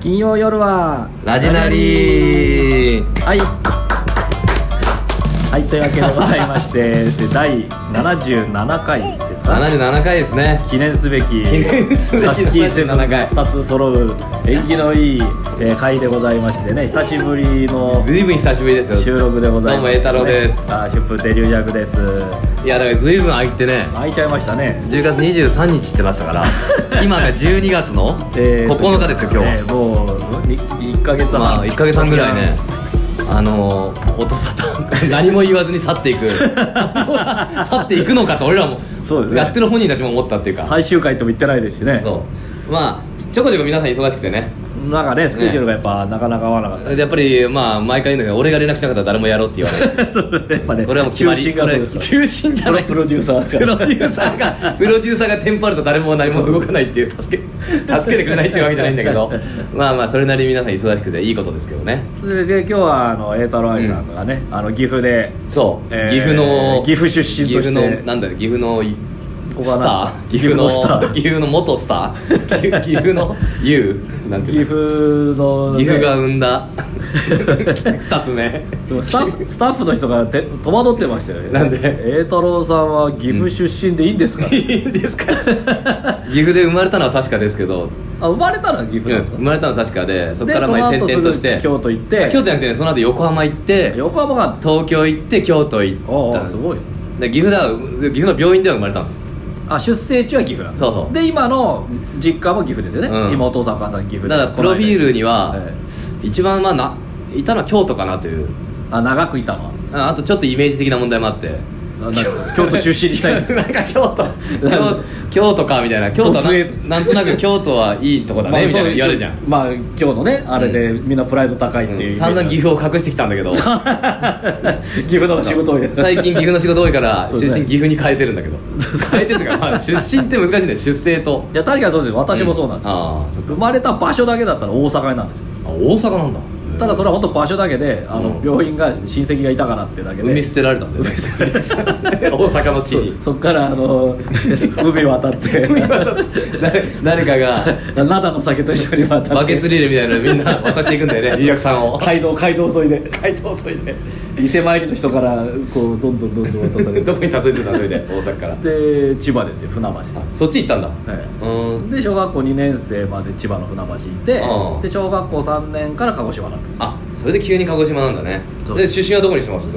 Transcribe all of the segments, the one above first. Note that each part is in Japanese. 金曜夜はラジナリーはいはいというわけでございま してで第77回ですか77回ですね記念すべき念すべきラッキーセブン77回2つ揃う縁起のいい、えー回でございましてね久しぶりのずいぶん久しぶりです収よ録でございます、ね、どうも栄太郎ですさあシュプテリュジャクですいやだからずいぶん空いてね開いちゃいましたね10月23日ってなってたから 今が12月のえーと9日ですよ今ね日もう1ヶ月半、まあ1ヶ月半ぐらいねあのー音沙汰 何も言わずに去っ ていく去っていくのかと俺らもそうですねやってる本人たちも思ったっていうか最終回とも言ってないですしねそうまあちょこちょこ皆さん忙しくてねなんかねスケジュールがやっぱ、なかなか合わなかったでやっぱりまあ毎回言うんだけど俺が連絡しなかったら誰もやろうって言わないそうやっ ぱねこれはもう決まり中心がそうですか中心じゃならいプロデューサープロデューサー がプロデューサーがテンパると誰も何も動かないっていう助け助けてくれないっていうわけじゃないんだ けどまあまあそれなりに皆さん忙しくていいことですけどねそれで今日はあの栄太郎愛さんがね、あの岐阜でそう、えー岐阜の岐阜出身として岐阜のなんだよ岐阜のいここはスタなんーだ岐阜の岐阜のスター 岐阜の元スタ ー岐岐阜の U なんて岐いう阜ののね、岐阜が生んだ二つ目でもスタッ フスタッフの人がて戸惑ってましたよねなんで栄太郎さんは岐阜出身でいいんですか、 いいんで すか岐阜で生まれたのは確かですけどあ生まれたら岐阜なんです生か、まれたのは確かでそこでからその前後転す々ぐとして京都行っあて京都じゃなくてねその後横浜行って横浜があるんです東京行って京都行っあたあすごいで岐阜では岐阜の病院では生まれたんですあ出生地は岐阜なんですそうそうで今の実家も岐阜ですよね、うん今お父さんお母さん岐阜だでからプロフィールにはえ一番まあないたのは京都かなというあ長くいたの はああとちょっとイメージ的な問題もあ ってあなんか京都出身にしたいですなんか京都京京都かみたいな京都はど末ななんとなく京都はいいとこだまあねみたいそなう言われるじゃんまあ今日のねあれでみんなプライド高いっていう、うん散々岐阜を隠してきたんだ けど阜岐阜の仕 事を最近岐阜の仕事多いから そう出ですね身岐阜に変えてるんだけど変えてるっていうか、まあ、 出身って難しいんだよ出生といや確かにそうですよ私もそうなんですよ、ああそっか生まれた場所だけだったら大阪なんですよあ大阪なんだただそれは本当場所だけであの、うん病院が親戚がいたからってだけで海捨てられたんだよ、ね、大阪の地にそっからあ の海渡って誰かが 灘の酒と一緒に渡ってバケツリレーみたいなのみんな渡していくんだ よねリラクさんを街道街道沿いで回答遅いで店参りの人からこうどんどんど んどん渡されてどこに例えてたのそれで大阪からで千葉ですよ船橋あそっち行ったんだはい、うんで小学校2年生まで千葉の船橋にいてああで小学校3年から鹿児島なんですあそれで急に鹿児島なんだねそうで出身はどこにしてます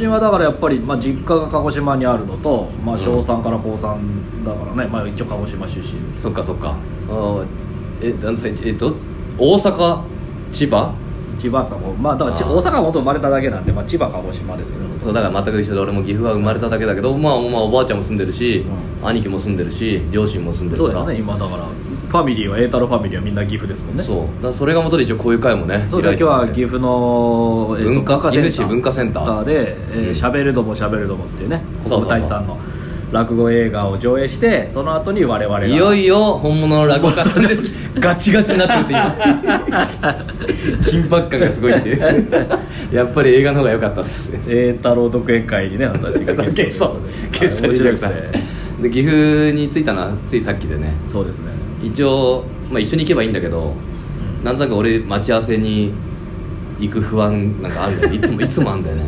出身はだからやっぱり、まあ、実家が鹿児島にあるのと、まあ、うん小3から高3だからね、まあ、一応鹿児島出身そっかそっかあえなんせえど大阪千葉千葉かもまあだからちああ大阪は元生まれただけなんで、まあ、千葉鹿児島ですけどそうだから全く一緒で俺も岐阜は生まれただけだけど、まあ、まあおばあちゃんも住んでるし、う兄貴も住んでるし両親も住んでそるうかですらね今だからファミリーは栄太郎ファミリーはみんな岐阜ですもんねそうだからそれが元で一応こういう会もねそうだ開い今日てもらはって岐阜の、えーと文化岐阜市文化センターで「えーうんしゃべるどもしゃべるども」っていうねそうそう国そ体うさんの落語映画を上映してその後に我々がいよいよ本物の落語家さんです ガチガチになってるっていう 緊迫感がすごいっていう やっぱり映画の方が良かったっす栄太郎独演会にね私がゲゲスストトといゲうこスとではい面トに白来くさてで岐阜に着いたのはついさっきでねそうですね一応、まあ、一緒に行けばいいんだけどなんとなく俺待ち合わせに行く不安なんかあるんだ よいつもいつもあんだよね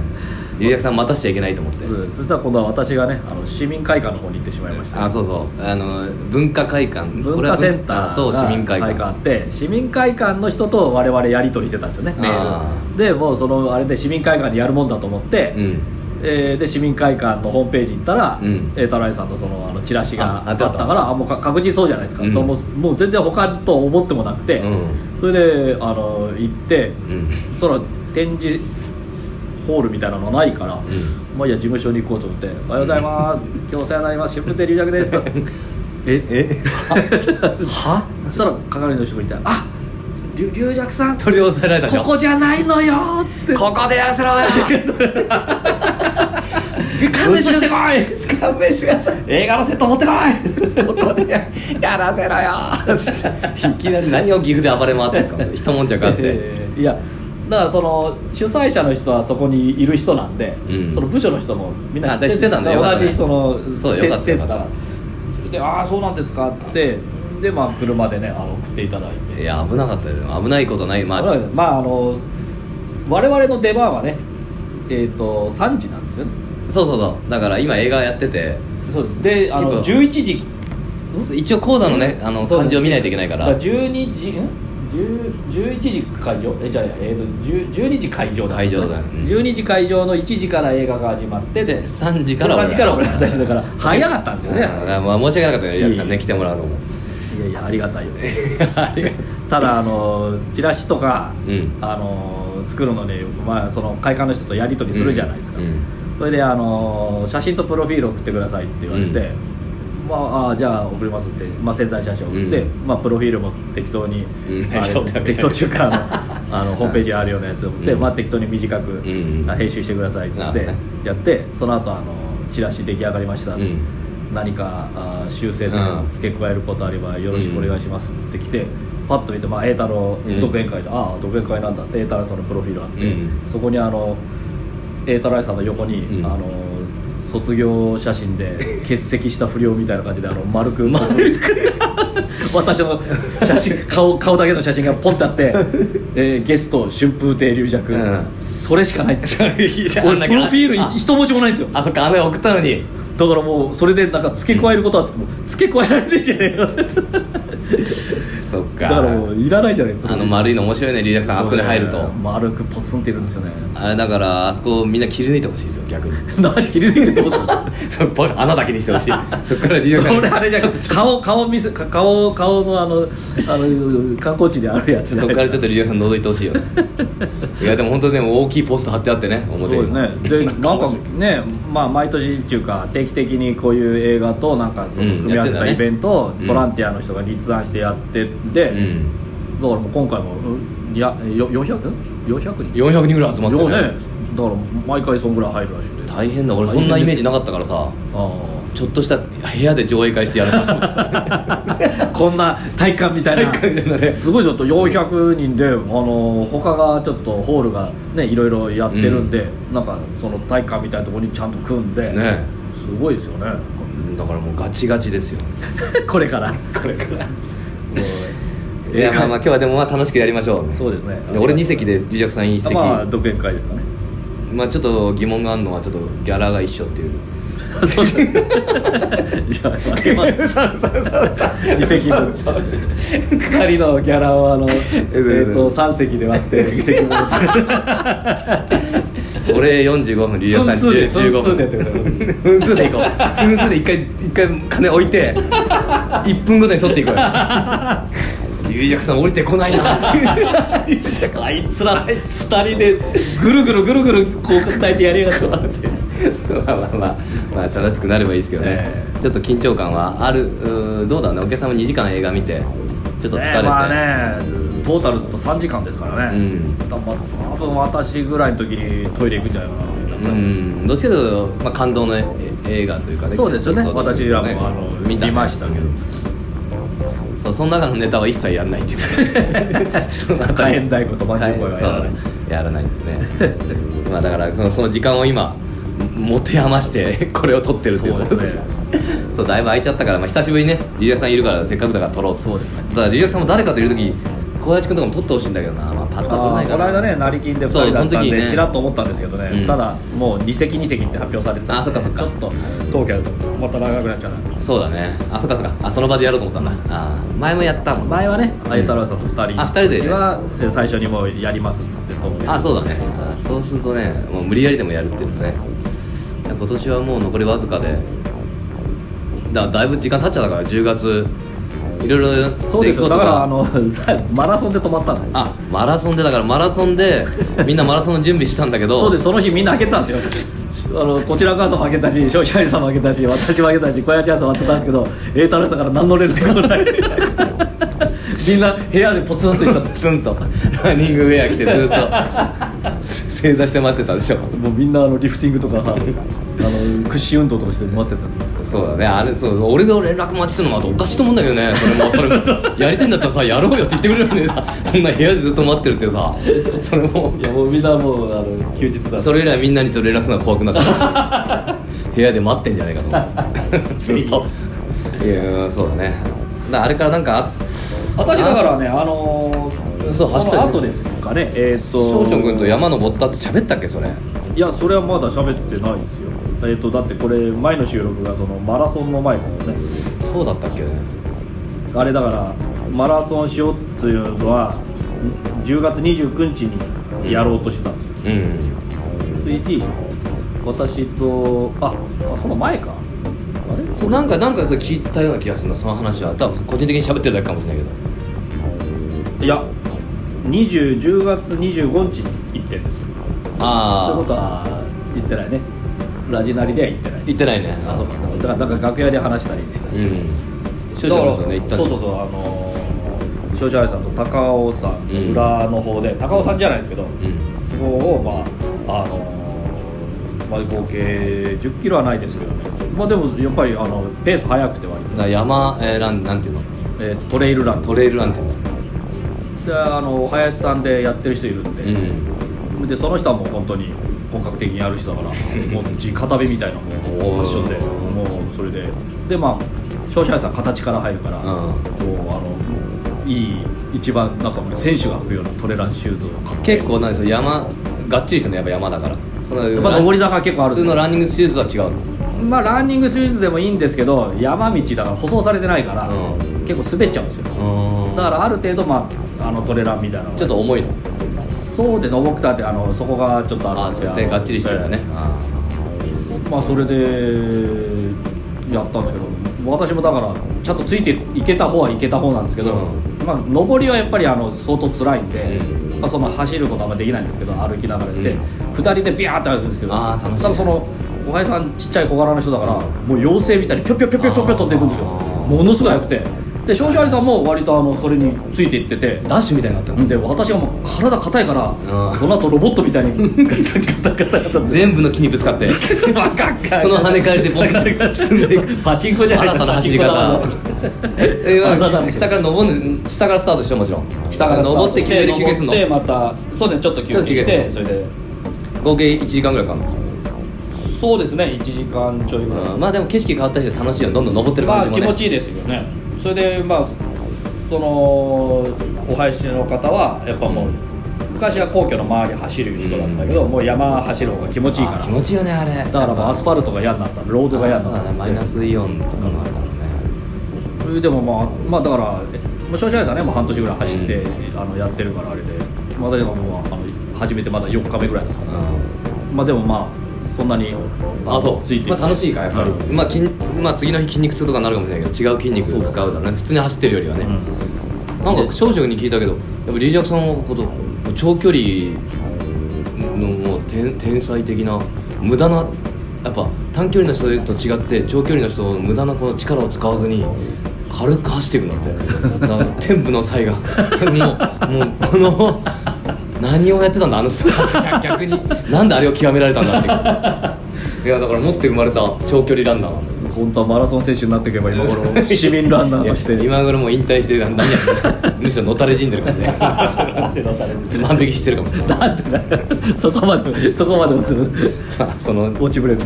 ゆうやくさん待たしちゃいけないと思ってうんそしたら今度は私がねあの市民会館の方に行ってしまいましたあそうそうあの文化会館文化センターこれは文化と市民会が館あって市民会館の人と我々やり取りしてたんですよねメあールでもうそのあれで市民会館でやるもんだと思って、うんえーで市民会館のホームページ行ったらうん栄太郎さんのそのあのチラシがあああっったたあったからあもうか確実そうじゃないですか、うんともうもう全然他と思ってもなくて、うんそれであの行ってうんその展示ホールみたいなのがないから、まあいいや事務所に行こうと思って「おはようございます今日お世話になりますシュプテリュジャクです」 ええはそしたら係の人がいて「あ龍龍尺さんこ取り押さえられたじゃんこじゃないのよ」っつってここでやらせろよ勘弁してこい勘弁してくださ「映画のセット持ってこい!いここでやらせろよいきなり何を岐阜で暴れ回ってんのか一悶着あっ」てえーいやだからその主催者の人はそこにいる人なんで、うんその部署の人もみんな知ってあ知ってたんだよかった同ねじそのそうよかったせせよかつっただからで「ああそうなんですか」ってでまあ車でねあの送っていただいていや危なかったよね危ないことないまあまあ、まあ、あの我々の出番はねえっ、と3時なんですよねそうそうそうだから今映画やっててそうですであの結構11時一応講座のねあのそう感じを見ないといけないからだ12時ん10 11時会場えじゃあ、えー、と10 12時会場だ会場だねうん12時会場の1時から映画が始まってで3時から3時から俺ら私だから早かったんだよね あまあ申し訳なかったねリアクさんいねい来てもらうのもいやいやありがたいよね ただあのチラシとか、うんあの作るので、まあ、その会館の人とやり取りするじゃないですか、うんうんそれであの写真とプロフィール送ってくださいって言われて、うんまあ、あじゃあ送りますって、まあ、潜在写真送って、うんまあ、プロフィールも適当に、うんあれ適当ってわけ適当中から のあのホームページにあるようなやつを送って、うんまあ、適当に短く、んあ編集してくださいって言ってなるほやってその後あのチラシ出来上がりました、うん何かあ修正う点ん付け加えることあればよろしくお願いしますって来て、パッと見て、まあ、栄太郎うん独演会で、ああ独演会なんだって栄太郎さんのプロフィールあって、うんそこにあの栄太郎さんの横に、うんあの卒業写真 で欠席した不良みたいな感じであの丸く 私の写真顔顔だけの写真がポンってあ って、えーゲスト春風亭龍尺、うんそれしかないんですよいや 俺プロフィールあ一一文字もないんですよあそっかあの送ったのにだからもうそれでなんか付け加えることはつっても付け加えられないじゃね えよそっだかからもういらないじゃねえあの丸いの面白いねリラクさんあそこに入ると丸くポツンっているんですよね あれだからあそこみんな切り抜いてほしいですよ逆に何切り抜いてどうするそこ穴だけにしてほ しいそっからリラクさんそれあれじゃん顔顔見せか顔顔のあのあの観光地であるやつじゃそなこいからちょっとリラクさん覗いてほし いよねいやでも本当でも大きいポスト貼ってあってねそう表でにすねでなんかねまあ毎年っていうか定期的にこういう映画となんかそのうん組み合わせたイベントやっをてんだねうんボランティアの人が立案してやってて、うんだからもう今回もうんいやよ 400? 400人400人ぐらい集まってよるねだから毎回そんぐらい入るらしくてあ大変だ俺そんなイメージなかったからさあちょっとした部屋で上映会してやるのこんな体感みたいな体育館みたいなねすごいちょっと400人で、あの他がちょっとホールがねいろいろやってるんで、なんかその体育館みたいなところにちゃんと組んで、ねすごいですよねだからもうガチガチですよこれ からこれからいやまあまあ今日はでもまあ楽しくやりましょうそうですねで俺2席でリラクさん1席まあ独演会ですか ねまあちょっと疑問があるのはちょっとギャラが一緒っていうそうですね じゃあ分けます2席分2人のギャラをあの、えー、と3席で割って2席分俺45分リラクさん分数で15分分数でやってくだ分数でいこう分数で一回一回金置いて1分ごとに取っていこうリラクさん降りてこないなあいつら2人でぐるぐるぐるぐるこう考えてやりやがったってまあまあまあ、まあ、正しくなればいいですけどね、ええちょっと緊張感はあるうーどうだろうねお客さんも2時間映画見てちょっと疲れて、ねまあねトータルすると3時間ですからね、うん多分私ぐらいの時にトイレ行くんじゃないかな、うんどっちかというと、まあ、感動のえ映画というかそうですよね私らもあの見,、ねましたけどそうその中のネタは一切やらないっていう その火炎太鼓と万万十声はやら ないやらないんですねまあだからそのその時間を今持て余して これを撮ってるっていうそうですねそうだいぶ空いちゃったから、まあ、久しぶりにねリリアさんいるからせっかくだから撮ろうそうですねただリリアさんも誰かといる時小林君とかも撮ってほしいんだけどな、まあ、パッと撮れないこかのら間ね成金で2人だったんそうその時でねちらっと思ったんですけどね、うんただもう2席2席って発表されてたんであそっかそっかちょっと東京だとまた長くなっちゃうなそうだねあそっかそっかあその場でやろうと思ったんだあー前もやったもん前はねうんあゆ太郎さんと2人あ二人でねはで最初にもうやりますっつって東京あそうだねあそうするとねもう無理やりでもやるっていうのねいや今年はもう残りわずかでだだいぶ時間経っちゃったから10月いろいろやっていこそうですよとだからあの マラソンで止まったんですあマラソンでだからマラソ ンでみんなマラソンの準備したんだけどそうですその日みんな開けたんです よあのこちら側さんも開けたし消費者さんも開けたし私も開けたし小屋ちゃんさんも開けたんですけど栄太郎さんから何の連絡もない みんな部屋でポツンとしたんですツンとランニングウェア着てずっと正座して待ってたでしょもうみんなあのリフティングとかあの屈伸運動とかして待ってたんでそうだねあれそう俺が連絡待ちするのもあとおかしいと思うんだけどねそれもそれ もやりたいんだったらさやろうよって言ってくれるのにさそんな部屋でずっと待ってるってさそれもいやもうみんなもうあの休日だそれ以来みんなにと連絡するのが怖くなった部屋で待ってんじゃないかと思ってずっといやそうだねらあれからなんか私だからねあのーそう走ったよの後ですかねえーっシとョーション君と山登ったって喋ったっけそれいやそれはまだ喋ってないですよえーっとだってこれ前の収録がそのマラソンの前ですよねそうだったっけねあれだからマラソンしようっていうのは10月29日にやろうとしてたんですよ、うんそれで私とああその前かあれそうなんかなんかそれ聞いたような気がするなその話は多分個人的に喋ってるだけかもしれないけいや20 10月25日に行ってんですよどってこあとは行ってないねラジナリでは行ってないあ行ってないねあそうかだからなんか楽屋で話したりしてうんシだョーシからョン君とね行ったんそうじゃそうんそうあのー庄司愛さんと高尾さんうん裏の方で、高尾さんじゃないですけどうんそこをまああのーまあ、合計10キロはないですけどねまあでもやっぱりあのペース速くて割と,、だから山、えーランなんていうのえーとトレイルランとトレイルランっていうのであの林さんでやってる人いるんで、でその人はもう本当に本格的にやる 人だからもう地片手みたいなもうおファッーションでもうそれででまあ商社さん形から入るから、うんもうあのいい一番なんかもう選手が履くようなトレランシューズを買って結構なんですよ山がっちりしてるのやっぱ山だからそのやっぱ上り坂結構ある普通のランニングシューズは違うのまあランニングシューズでもいいんですけど山道だから舗装されてないから、うん結構滑っちゃうんですようんだからある程度まああのトレランみたいなのちょっと重いのそうです重くたってあのそこがちょっとああるあんそでれすでがっちりしてるんだね、あまあそれでやったんですけど私もだからちゃんとついていけた方はいけた方なんですけど、うまあ、上りはやっぱりあの相当辛いんで、うまあ、その走ることはあんまできないんですけど歩きながらで、うん下りでビャーって歩くんですけどあー楽しいただそのおはやさんちっちゃい小柄な人だから、うんもう妖精みたいにぴょぴょぴょぴょぴょぴょとっていくんですよあーものすごい速くてで少子ありさんも割とあのそれについていっててあダッシュみたいになってるので私がもう体硬いから、んその後ロボットみたいにガタガタガタガタ って全部の木にぶつかってバカかその跳ね返りでポンって積んでいくパチンコじゃない新たな走り方ええ えあざだね下から登る下からスタートでしょもちろん下から登って急激に休憩するでのまたそうですねちょっと休憩してそれで合計1時間ぐらいかかるんですよそうですね1時間ちょいぐらい、うんまあでも景色変わったりして楽しいよどんどん登ってるま感あじも気ね、持ちいいですよねそれでまあそのお配信の方はやっぱもう、うん昔は皇居の周り走る人だったけど、もう山走る方が気持ちいいかあら気持ちいいよねあれだからもうアスファルトが嫌になったロードが嫌になあっそうただねマイナスイオンとかもあるからねそれでもまあまあだからえもう少々ですよねもう半年ぐらい走って、あのやってるからあれでまだでももうあの始めてまだ4日目ぐらいだったかうらまあでもまあそんなにんあそうついてまあ、楽しいかやっぱり、うんまあ、筋まあ次の日筋肉痛とかになるかもしれないけど違う筋肉を使うだろうね普通に走ってるよりはね、なんか少女に聞いたけどやっぱリージャクさんのこと長距離のもう天天才的な無駄なやっぱ短距離の人と違って長距離の人の無駄なこの力を使わずに軽く走っていくんだってだから天賦の才が もうもうこの何をやってたんだあの人 は逆になんであれを極められたんだっていういやだから持って生まれた長距離ランナーなんだ本当はマラソン選手になっていけば今 頃市民ランナーとしていや今頃もう引退して何やって るむしろのたれ死んでるからねなんでのたれ死んでる万引きしてるかもし れないなんてねそこまでそこまでその落ちぶれる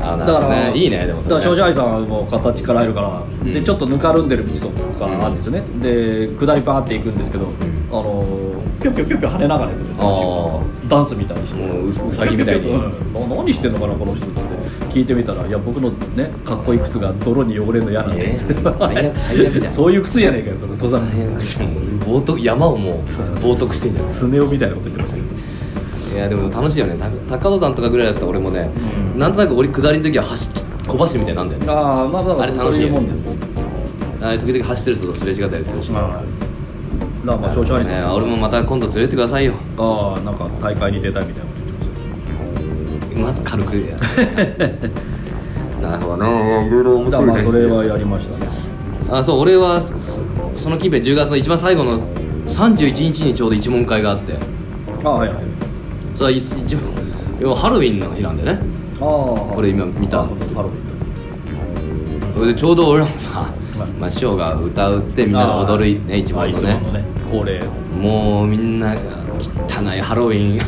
あだなかるほどらねいいねでもだそかれら庄司愛ねさんはもう形から入るから、うんでちょっとぬかるんでる道とかあるんですよね、で下りバーって行くんですけど、あのーぴょぴょぴょぴょ跳ねながら行くんですよあダンスみたいにしてもうううさぎみたいにうんな何してんのかなこの人って聞いてみたらいや僕のねかっこいい靴が泥に汚れるの嫌なんですえー最悪最悪じゃ んそういう靴じゃねえかよその登山大変冒涜山をもう冒涜してんじゃスネ夫みたいなこと言ってましたけどんいやでも楽しいよねた高尾山とかぐらいだったら俺もね、うんなんとなく俺下りの時は走っ小走りみたいになんだよねああまあだかあられそう楽しいいうよもねんですよあれ時々走ってる人とすれ違ったりするし、はいだからまあ庄司愛ねさん俺もまた今度連れてってくださいよああなんか大会に出たいみたいなこと言ってましたまず 軽くやなるほどねいろいろ面だ白かい、らまね、あそれはやりましたねあそう俺はそその近辺10月の一番最後の31日にちょうど一問会があってあはいはいそれは一一応要はハロウィンの日なんでねああこれ今見たハロウィンそれでちょうど俺らもさはい、まあ、師匠が歌うってみんなが踊るね一番のあいつもねの恒例 もうみんな汚いハロウィン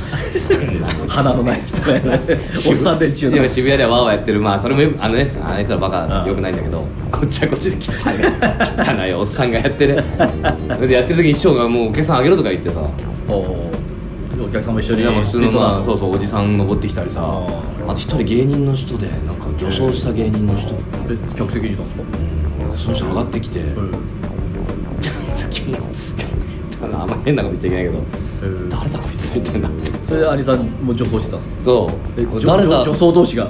花のない人がやるおっさん連中いやの渋谷ではわーわーやってるまあそれもよくあのねあいつらバカうんよくないんだけどここっちはこっちで汚い汚いおっさんが やってるでやってる時に師匠がもうお客さんあげろとか言ってさおーお客さんも一緒いにやもう普通の、まあ、そううそうおじさん登ってきたりさああーと一人芸人の人でなんか女装した芸人の人、え客席にいたんですかうんその人上がってきて、 さっきもあのあんま変なこと言っちゃいけないけどうん誰だこいつみたいなそれで兄さんも女装してたのそうえこれ女誰だ女装同士がん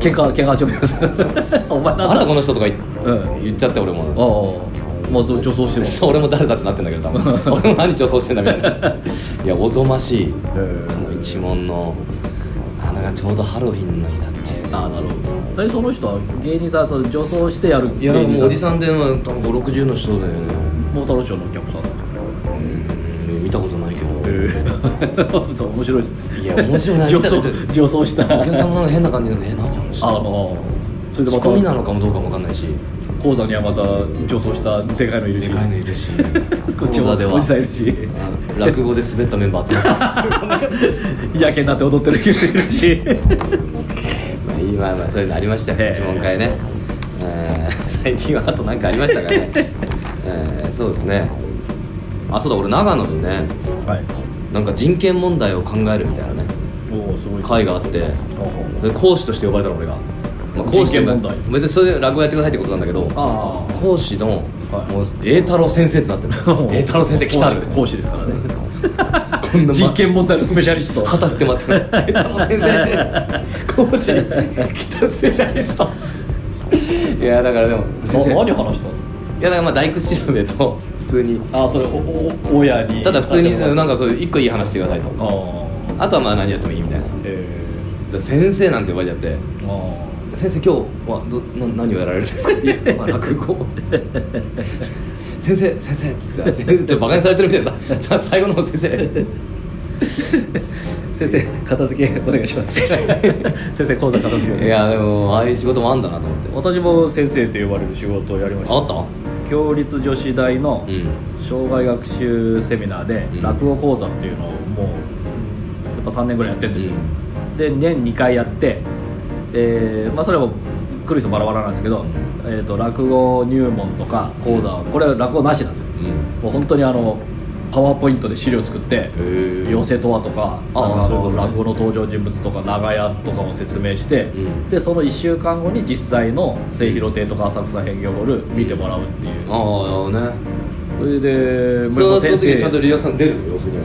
喧嘩喧嘩始めた お前なん誰だこの人とかうん言っちゃって俺もああまあ女装してますそう俺も誰だってなってんだけど多 分俺も何女装してんだみたい ないやおぞましいこーの一門の花がちょうどハロウィンの日だってああなるほどえその人は芸人さんその女装してやるいや芸人もうおじさんんでまあ多分560の人だよね桃太郎師匠のお客さんだうん見たことないけ どえそう面白いです ねいや面白いな女装女装した お客さんもなんか変な感じでね何あの人あのそれで仕ま込みなのたかもどうかもわかんないし講座にはまた女装したでかいのいるしでかいのいるし こっちも講座ではおじさんいるしあの落語で滑ったメンバー集まってやけになって踊ってる人いる し まあ今はそういうのありましたよええ一問会ね、えー最近はあと何かありましたか ね、えーそうですねあそうだ俺長野でねはいなんか人権問題を考えるみたいなねおおすごい会があってあそれ講師として呼ばれたの俺が、まあ、講師とい人権うか問題別にそれで落語やってくださいってことなんだけど あ講師のはいもう栄太郎先生ってな ってるの栄太郎先生来た る講師講師ですからねこんな人権問題のスペシャリスト肩振って待って る栄太郎先生講師来たスペシャリストいやだからでも先生な何い話したのやだからまあ大工調べと普通にあそれおお親にただ普通になんあかそういう一個いい話してくださいとああとはまあ何やってもいいみたいなだかえら先生なんて呼ばれちゃってえあ先生今日はどな何をやられるんですかいやまあ落語 先生先生っつって先生ちょっとバカにされてるみたいなさ最後の方先生あ先生片付けお願いします 先生講座片付けお願いしますいやでもああいう仕事もあんだなと思って私も先生と呼ばれる仕事をやりましたあった共立女子大のうん障害学習セミナーでうん落語講座っていうのをもうやっぱ3年ぐらいやってるんですよ、で年2回やってで、まあ、それも来る人バラバラなんですけど、えー、と落語入門とか講座これは落語なしなんですようんもう本当にあのパワーポイントで資料作ってへえ寄せとはとかあーなんかあそういうこのとね落語の登場人物とか長屋とかも説明して、うんでその1週間後に実際の末広亭とか浅草変業ホール見てもらうっていう、ああねそれでそれはその先時生にちゃんとリアクさん出る様子には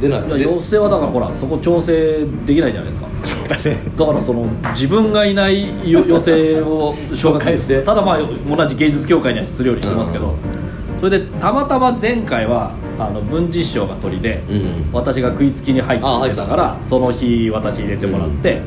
出ないいや要請はだからほらそこ調整できないじゃないですかそうだねだからその自分がいないよ寄席を紹介 してただまあ同じ芸術協会にはするようにしてますけど、それでたまたま前回はあの文治師匠が鳥で、うん私が食いつきに入あ入っっててたたからその日私入れてもらって、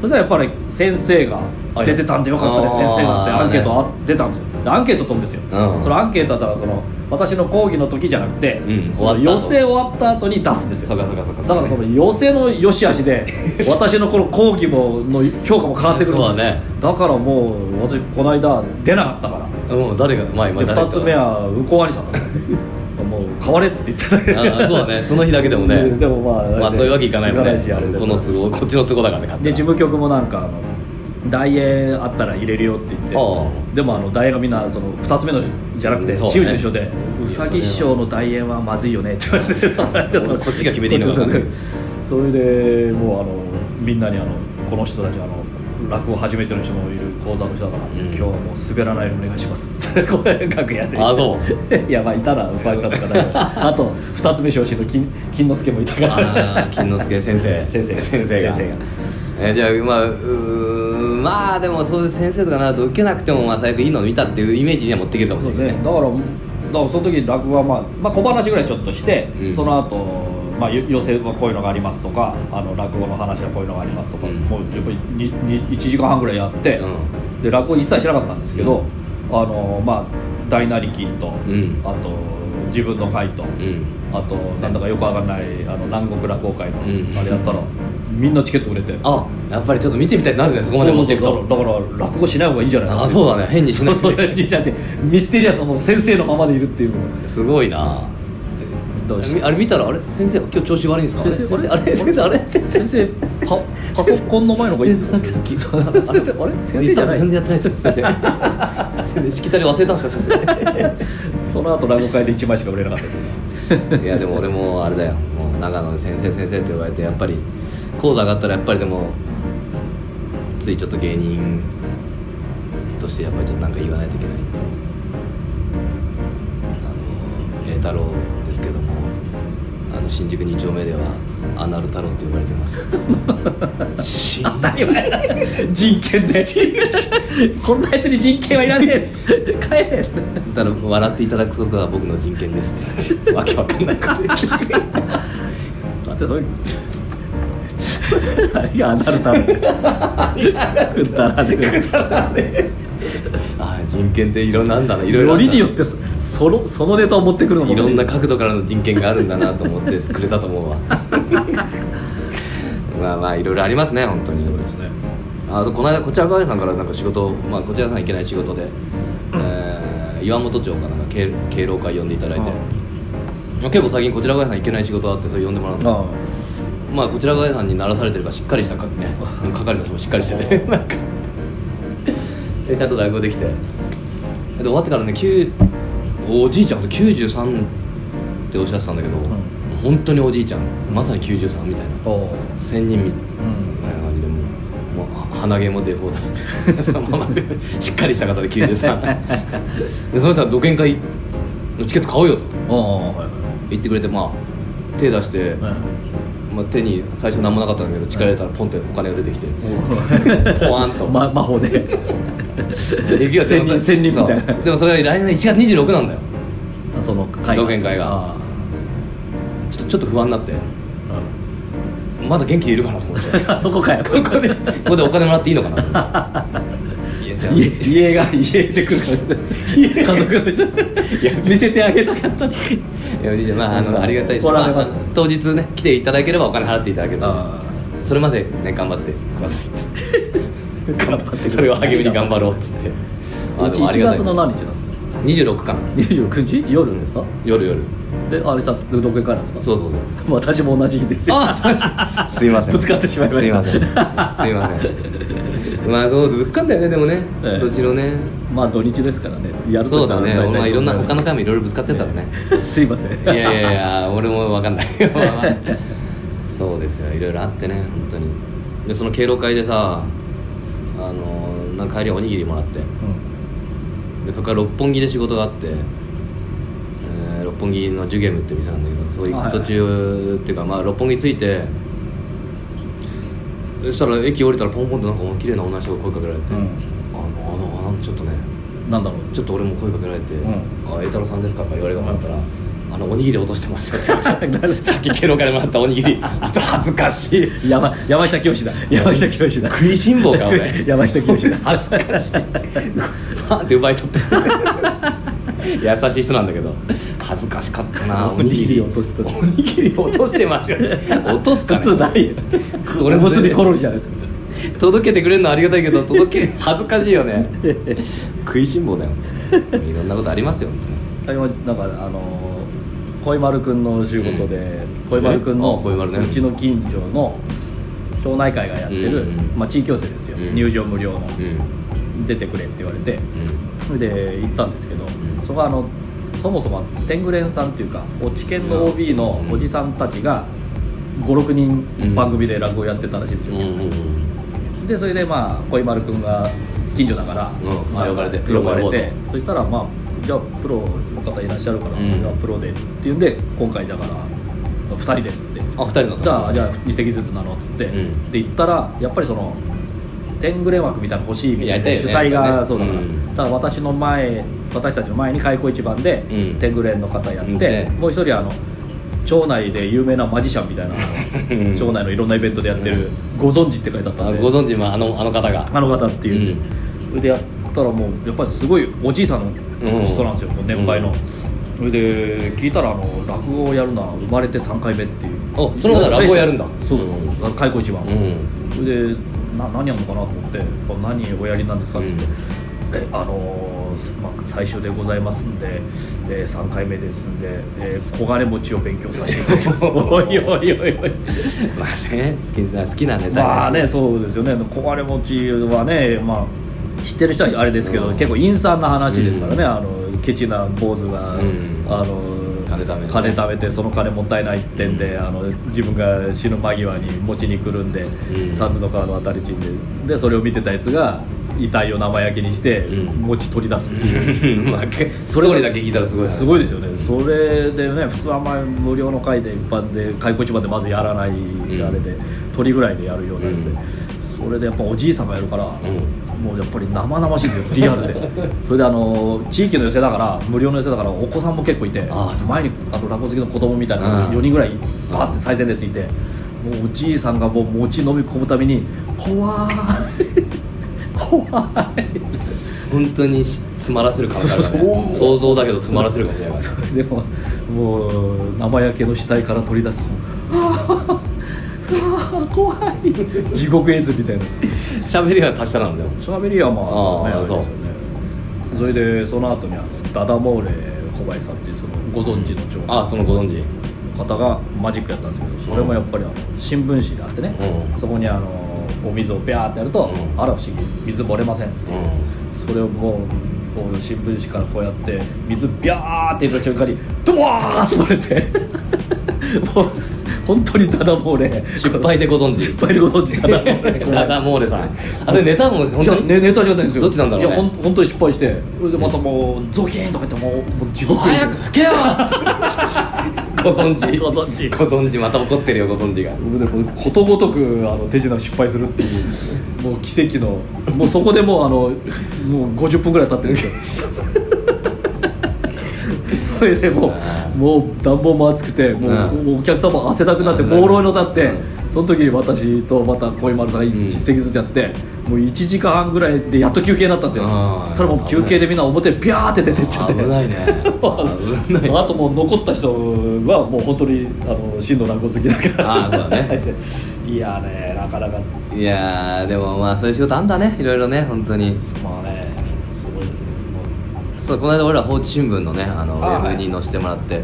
そしたらやっぱり先生が出てたんでよかったですはい先生なんてあーアンケートあ、出たんですよでアンケート取るんですよ、うんそのアンケートだったらその私の講義の時じゃなくて、うんその終寄わった後席終わった後に出すんですよそうかそうかそうかだからその寄せの良し悪し で私のこの講義もの評価も変わってくるそうだねだからもう私この間出なかったからうん誰がまあ今で誰か2つ目は右近ありさんだった もう変われって言ってたけあ あそうだねその日だけでもねでもまあまあそういうわけいかないもんいかないしあれねでこの都合こっちの都合だからね勝手でな事務局もなんかあの大英あったら入れるよって言ってああでもあの大英がみんなその2つ目のじゃなくてうんそうね師匠一緒でうさぎ師匠の大英はまずいよねって言われてこ こっちが決めていいのかなっちがそれでもうあのみんなにあのこの人たちあの落語初めての人もいる講座の人だから、ん今日はもう滑らないでお願いします ってこれ楽屋であそい やまあいたらうばいさんとかだけどあと2つ目昇進の金金之助もいたからああ金之助先 生先生先生が先生がえーじゃあまあうーまあでもそういう先生とかなると受けなくてもまあ最悪いいの見たっていうイメージには持っていけるかもしそれうないね、だからだからその時落語は、まあ、まあ小話ぐらいちょっとして、うんその後、まあよ寄せはこういうのがありますとかあの落語の話はこういうのがありますとか、うんもうやっぱりにに1時間半ぐらいやって、うで落語一切しなかったんですけど、うあのまあ大なりきと、んあと自分の会と、うんあとなんだかよくわかんないあの南国落語会のうんあれやったら、みんなチケット売れてあやっぱりちょっと見てみたいになるねそこまで持っていくそうそうとだからだから落語しない方がいいんじゃないかなあそうだね変にしない そうだってミステリアスなもう先生のままでいるっていうすごいなどうしみあれ見たらあれ先生今日調子悪いんですか先生あれ先生あれ先生先生パパソコンの前の方がいいですか先生あれあれ先生じゃない全然やってないですよ先 生先生しきたり忘れたんですか先生その後落語会で1枚しか売れなかったけどいやでも俺もあれだよもう長野で先生先生って言われてやっぱり講座上がったらやっぱりでもついちょっと芸人としてやっぱりちょっとなんか言わないといけないんですあの栄太郎ですけどもあの新宿2丁目ではアナル太郎って呼ばれてます死んだ何をやった人権でこんなやつに人権はいらねえ帰れ だから笑っていただくことが僕の人権ですって言ってわけわかんないこと言ってだってそういう何がアナルタロくだらね ああ人権っていろんなんだないえろいろあ よんだりによってそそのそのネタを持ってくるのもいろんな角度からの人権があるんだなと思ってくれたと思うわ まあまあいろいろありますね本当そうにですねあとこの間こちら川さんからなんか仕事、まあ、こちらさん行けない仕事で、えー岩本町かなんか敬敬老会呼んでいただいて、まあ結構最近こちら川さん行けない仕事あってそれ呼んでもらったあまあこちら側さんに鳴らされてるからしっかりしたかね 係の人もしっかりしてて なんかでちゃんと落語できてで終わってからね9おじいちゃんと93っておっしゃってたんだけど、ん本当におじいちゃんまさに93みたいあなおう千人みうんたいな感じでもうもう鼻毛も出放題 そのままでしっかりした方で93でその人は独演会のチケット買おうよとおうはいはい言ってくれてまあ手出して、まあ、手に最初何もなかったんだけど力入れたらポンってお金が出てきて ポワンとま、魔法で雪が出千人ました千人みたいなそうでもそれが来年1月26なんだよその会同研会があちょっとちょっと不安になってまだ元気でいるかなと思ってあ そこかよここでここでお金もらっていいのかなと思っていやじゃあ家家が家で来るから家 族として見せてあげたかったしいやいいじゃんまああのありがたいです、怒られままあす当日ね来ていただければお金払っていただけるあんですそれまでね頑張って くださいって頑張ってそれを励みに頑張ろうっつ ってうち1月の何日なんですか26かな29日夜ですか夜夜であれさ同研会なんですかそ うそうそう私も同じ日ですよああ すいませんぶつかってしまいましたすいませんすいませんまあそうぶつかんだよねでもね、ええどちらねまあ土日ですからねやるそとうしただらね大体俺はいろんな他の回もいろいろぶつかってそんうだだろうねね すいませんいやいやいや俺も分か んないそうですよいろいろあってね本当にでその敬老会でさあのなんか帰りおにぎりもらってうんでそこから六本木で仕事があって、えー六本木のジュゲムって店なんだけどそう行く途中、っていうかまあ六本木着いてそしたら駅降りたらポンポンとなんか綺麗な女の人が声かけられうて、んあのあのあのちょっとねなんだろう ちょっと俺も声かけられて「うんあ栄太郎さんですか?」とか言われがかったら、あのおにぎり落としてますよ」って 言われてさっきケロからもらったおにぎりあと恥ずかしい 山山下清だ山下清だ食いしん坊かお 前山下清だ恥ずかしいパンって奪い取って 優しい人なんだけど恥ずかしかったな おにぎり落としたおにぎり落としてますよ 落とすか、普ね、通ないよ俺俺ももすすででににコロリじゃないですか届けてくれるのはありがたいけど 届け恥ずかしいよね食いしん坊だよいろんなことありますよ本当にあれもなんかあの小井丸くんの仕事で、う小ん井丸くんあの小井丸ねうちの近所の町内会がやってる、うんうんまあ、地域共生ですよ、うん入場無料の、うん出てくれって言われてうんそれで行ったんですけど、んそこはあのそもそも天狗連さんっていうか落ち研の OB のおじさんたちが56人番組で落語やってたらしいんですよ、うんうんでそれでまあ小井丸君が近所だから、うんまあ呼ばれて呼ばれ呼ばれててそしたらまあじゃあプロの方いらっしゃるから、うんじゃあプロでっていうんで今回だから2人ですってあ二人だったじゃあじゃあ2席ずつなのっつって、うんで行ったらやっぱりその天狗連枠みたいなの欲しいみたいなやり主たい催よねが、やっぱねそうだから、うんただ私の前私たちの前に開口一番で、うん天狗連の方やって、うんねもう一人あの町内で有名なマジシャンみたいなうん町内のいろんなイベントでやってる、ご存知って書いてあったあんでご存知まああのあの方があの方っていう、それでやったらもうやっぱりすごいおじいさんの人なんですよ、もう年配の、うんそれで聞いたらあの落語をやるのは生まれて3回目っていうおその方落語やるんだそう、う開口一番、うんそれでな何やるのかなと思って「何おやりなんですか?」って言って「えあのーまあ、最終でございますんで、えー、3回目ですんで、えー、小金持ちを勉強させていただきます おいおいおいおいまあね好きな好きなネタですまあねそうですよね小金持ちはね、まあ、知ってる人はあれですけど、うん結構陰惨な話ですからね、あのケチな坊主が、うんあの金貯めて金貯めてその金もったいないってんで、あの自分が死ぬ間際に持ちに来るんで、うんサンズの川の辺り地んででそれを見てたやつが遺体を生焼けにして、うん餅取り出すっていう。う ん まあけストーリーだけ聞いたらすごいすごいですよね、それでね、普通はあんまり無料の会で、一般で、開口市場でまずやらない、んあれで、鳥ぐらいでやるようなんで、それでやっぱおじいさんがやるから、んもうやっぱり生々しいですよ、リアル で、それであの地域の寄せだから、無料の寄せだから、お子さんも結構いてああ、前にあの落語好きの子供みたいなうん4人ぐらい、バーって最前列いて、もうおじいさんがもう餅飲み込むたびに、怖い、怖い。本当にし詰まらせる感じあるからねそうそう想像だけど詰まらせる感じあるからね でももう生焼けの死体から取り出すあーあー怖い地獄絵図みたいな喋りは達者なんだよ喋りはまああーそうねあれですよねそれでその後にあのダダモーレ小林さんっていうそのご存知の長ああそのご存知の方がマジックやったんですけどそれもやっぱりあの新聞紙があってね、うんそこにあのお水をビャーってやると、うんあら不思議水漏れませんっていう、それをもうこう新聞紙からこうやって水ビャーって入れた瞬間にドワーって漏れて もう本当にただもうね失敗でご存知失敗でご存知ただもうねダダモーレさんあそれネタも本当にね、ネタじゃないんですよどっちなんだろうねいやほん本当に失敗してそれでまたもうゾキーンとか言ってもうもう地獄に 早く吹けよご存知ご存知ご存知また怒ってるよご存知がでもことごとくあの手品を失敗するっていうもう奇跡のもうそこでもうあのもう50分ぐらい経ってるんですよそれでもうもう暖房も暑くてもう,、うんもうお客様汗だくなってうん朦朧になって、うその時に私とまた小井丸さんん一席ずつやって、もう1時間半ぐらいでやっと休憩になったんですよあーそしたらもう休憩でみんな表にビャーって出てっちゃって危ないね危ないあともう残った人はもう本当にあの真の落語好きだからあーそうだね いやねなかなかいやーでもまあそういう仕事あんだねいろいろね本当にまあねすごいですねもそうこの間俺ら放置新聞のねあのウあェブに載せてもらって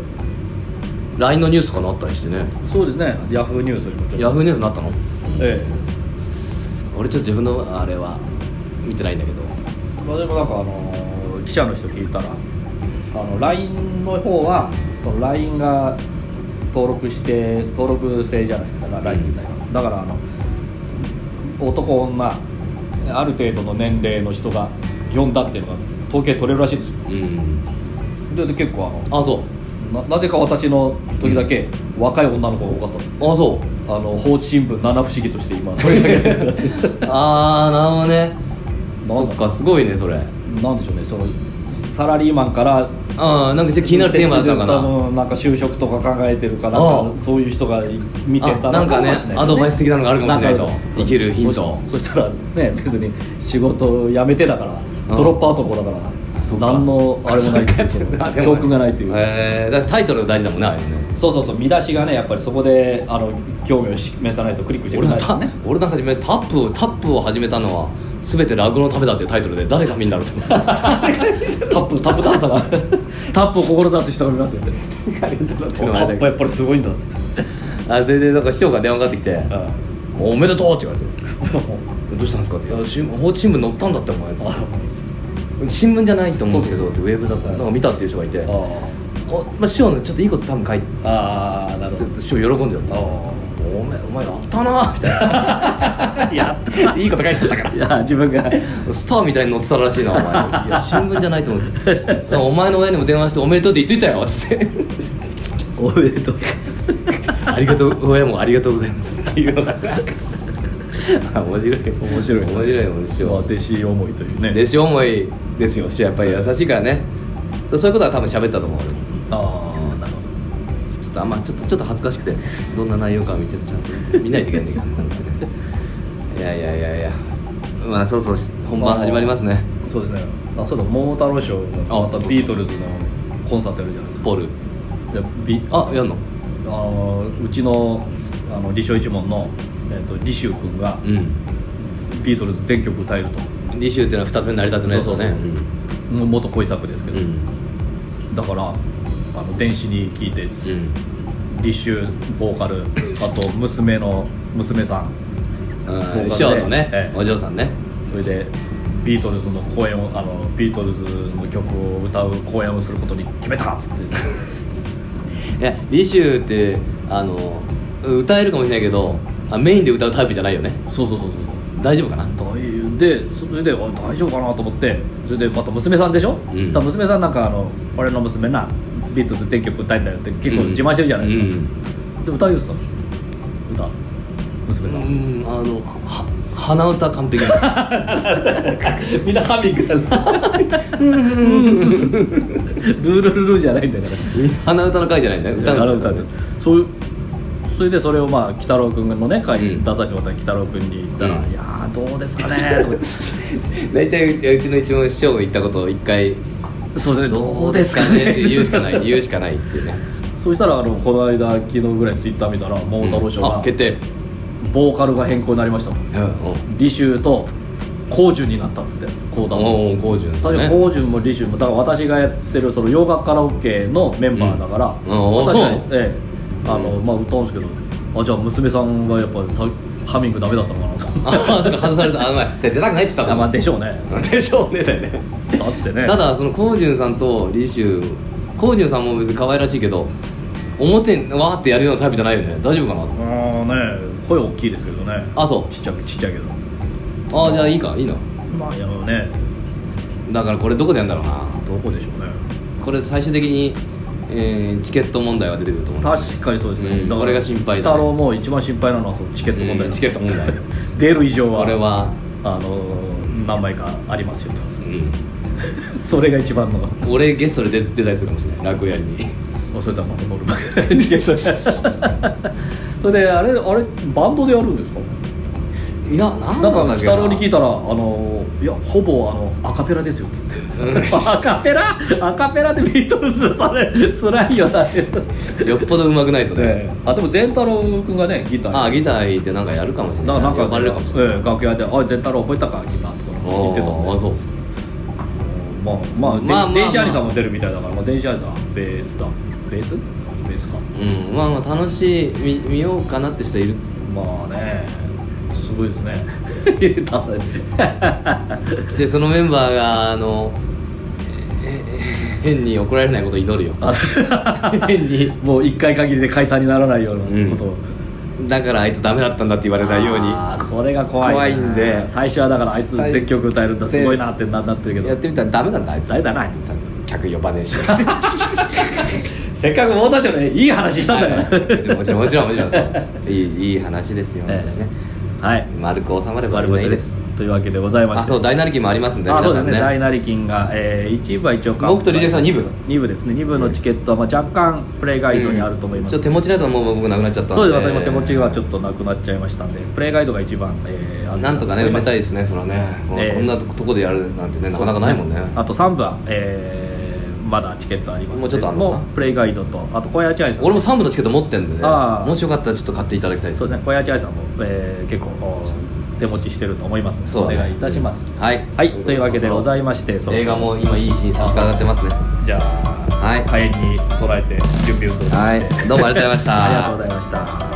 LINE のニュースとかなったりしてねうそうですねヤフーニュースにもちょっとヤフーニュースになったのえ俺ちょっと自分のあれは見てないんだけどえまあでもなんかあの記者の人聞いたらあの LINE の方はその LINE が登録して登録制じゃないですか LINE 自体はだからあの男女ある程度の年齢の人が呼んだっていうのが統計取れるらしいんですようんでで結構あのあそななぜか私の時だけ若い女の子が多かったんですうあそうあの放置新聞七不思議として今取り上げ られてるあーなるほどねなんそだっかすごいねそれなんでしょうねそのサラリーマンからああなんかちょっと気になるテーマだったの多か分なんか就職とか考えてるからああそういう人が見てたあらなんかねもしれですアドバイス的なのがあるかもしれないとんか生きるヒントそそしたらね別に仕事を辞めてだからんドロップアウトもだからそうか何のあれもないって そいううかその教訓がないというなへえー、だからタイトルが大事だもんねあれねそうそうそう見出しがねやっぱりそこであの興味を示さないとクリックしてく俺れないのタね俺の始めタップをタップを始めたのは全て落語のためだっていうタイトルで誰が見んだろうって 思ってタップタップダンサーが タップを志す人がいますよねタップやっぱりすごいんだっつってあそれでなんか師匠が電話かかってきてあ「おめでとう」って言われて「どうしたんですか?」って「いや新聞報知新聞載ったんだってお前」新聞じゃないと思うんですけど」ってウェブだったらなんか見たっていう人がいておまあ師匠ねちょっといいこと多分書いてああなるほ師匠喜んじゃった「お前お前やったな」みたいなどや「いいこと書いてあったから」いや自分がスターみたいに載ってたらしい なお前いや新聞じゃないと思うだからお前の親にも電話して「おめでとう」って言っといたよつっておめでとう「 ありがとう親もありがとうございます」っていうのがあ 面白い面白い面白い面白い弟子思いというね弟子思いですよしやっぱり優しいからねそういうことは多分喋ったと思う俺もああなるほちょっとあんまちょっとちょっと恥ずかしくてどんな内容か見てちゃんと見ないといけないんだけどいやいやいやいやまあそろそろ本番始まりますねどそうですねあそうだ桃太郎賞のあまたビートルズのコンサートやるじゃないですかポールでビあやんのあのうちのあの李承一門の、えー、と李秀君がうんビートルズ全曲歌えると履修っていうのは2つ目成り立てのやつだねそうそううんもう元恋作ですけうど、んだからあの電子に聞いてうん立秋ボーカルあと娘の娘さんうんね師匠のえねえお嬢さんねそれでビートルズの公演をあのビートルズの曲を歌う公演をすることに決めたっつっていやリシューってあの歌えるかもしれないけどあメインで歌うタイプじゃないよねそうそうそうそう大丈夫かな大でそれであ大丈夫かなと思ってそれでまた娘さんでしょ、うんだから娘さんなんかあの俺の娘なビートルズ全曲歌えんだよって結構自慢してるじゃないですか、で歌うんですか歌う娘ん、さん、うんあのは鼻歌 完璧だみんなハミン グルールルルルじゃないんだから鼻歌の回じゃないんだよ歌誰の歌ってそういうそれでそれをまあ鬼太郎くんのね会うにん出させてもらった鬼太郎くんに言ったら「うんいやーどうですかね」とか大体うちの一番師匠が言ったことを一回「そうねどうですかね」って言うしかない言うしかないっていうねそしたらあのこの間昨日ぐらいツイッター見たら桃太郎賞うんあが決定ボーカルが変更になりましたとうん李秀と高順になったっつって高段おお工事確かに高順も李秀もだから私がやってるその洋楽カラオケのメンバーだから、うんうん確かにうん、ええあのまあ、歌うんですけどあじゃあ娘さんがやっぱさハミングダメだったのかなとああそうか外されたあ まあ出たくないって言ってたあもんまあでしょうねでしょうねだよねだってねただそのコージュンさんとリシュコージュンさんも別に可愛らしいけど表にわーってやるようなタイプじゃないよね大丈夫かなとう思うーんね声大きいですけどねあそちっちゃくちっちゃいけどうああじゃあいいかいいのまあいやねだからこれどこでやるんだろうなどこでしょうねこれ最終的に、えーチケット問題が出てくると思う確かにそうですね、うんこれが心配だねだ、太郎も一番心配なのはそのチケット問題、うんチケット問題出る以上はこれは、あのー何枚かありますよとうん、それが一番の俺ゲストで出出たりするかもしれない楽屋にそれとはまあ乗るばっかりですけど それであれあれバンドでやるんですかいやなんなんか鬼太郎に聞いたたら「あのいやほぼあのアカペラですよ」っつって 「アカペラアカペラでビートルズそれつらいよな」ってよっぽど上手くないとね、あでも善太郎君がねギターああギタター弾いてなんかやるかもしれだなからなんいか呼ばれるかもしれない、ええ楽屋で「あ善太郎覚えたかギター」とか言ってたんああでそうまあまあ、まあまあまあ電子アリさんも出るみたいだから、まあ、電子アリさんベースだベースベースかうんまあまあ楽しい見見ようかなって人いるまあねすごいですね ダサいでそのメンバーがあのええ変に怒られないことを祈るよ あ変にもう一回限りで解散にならないようなことを、だからあいつダメだったんだって言われないようにあーそれが怖い怖いんで最初はだからあいつ全曲歌えるんだ最すごいなってななってるけどやってみたらダメなんだあいつ誰だなあい客呼ばねえしつせっかくモーターショーでいい話したんだから もちろんもちろんもちろんいいいい話ですよ、え本当にねえ はい丸く収まれば悪い事いでですすというわけでございましてあそう大なりきもありますんであそう皆ですさんねね大成金が、えー、1部は一応僕とリレーさん2部2部ですね2部のチケットは、まあ、若干プレイガイドにあると思います、うんちょっと手持ちのやつはもう僕なくなっちゃったんでそうです私も手持ちがちょっとなくなっちゃいましたんでプレイガイドが一番、えーあるなんとかね埋めたいいですねそれはね、こんええこんなとこでやるなんてねなかなかないもんねあと3部は、えーまだチケットありますもうちょっとあんのかなもうプレイガイドとあと小屋チャイさん俺も3部のチケット持ってんでねああもしよかったらちょっと買っていただきたいですそうですね小屋チャイさんも、えー結構お手持ちしてると思いますのでそうだねお願いいたします、はいはいというわけでございましてそろそろ映画も今いいシーン差し掛かってますねじゃあはい火炎に備えて準備運動をしてはいどうもありがとうございましたありがとうございました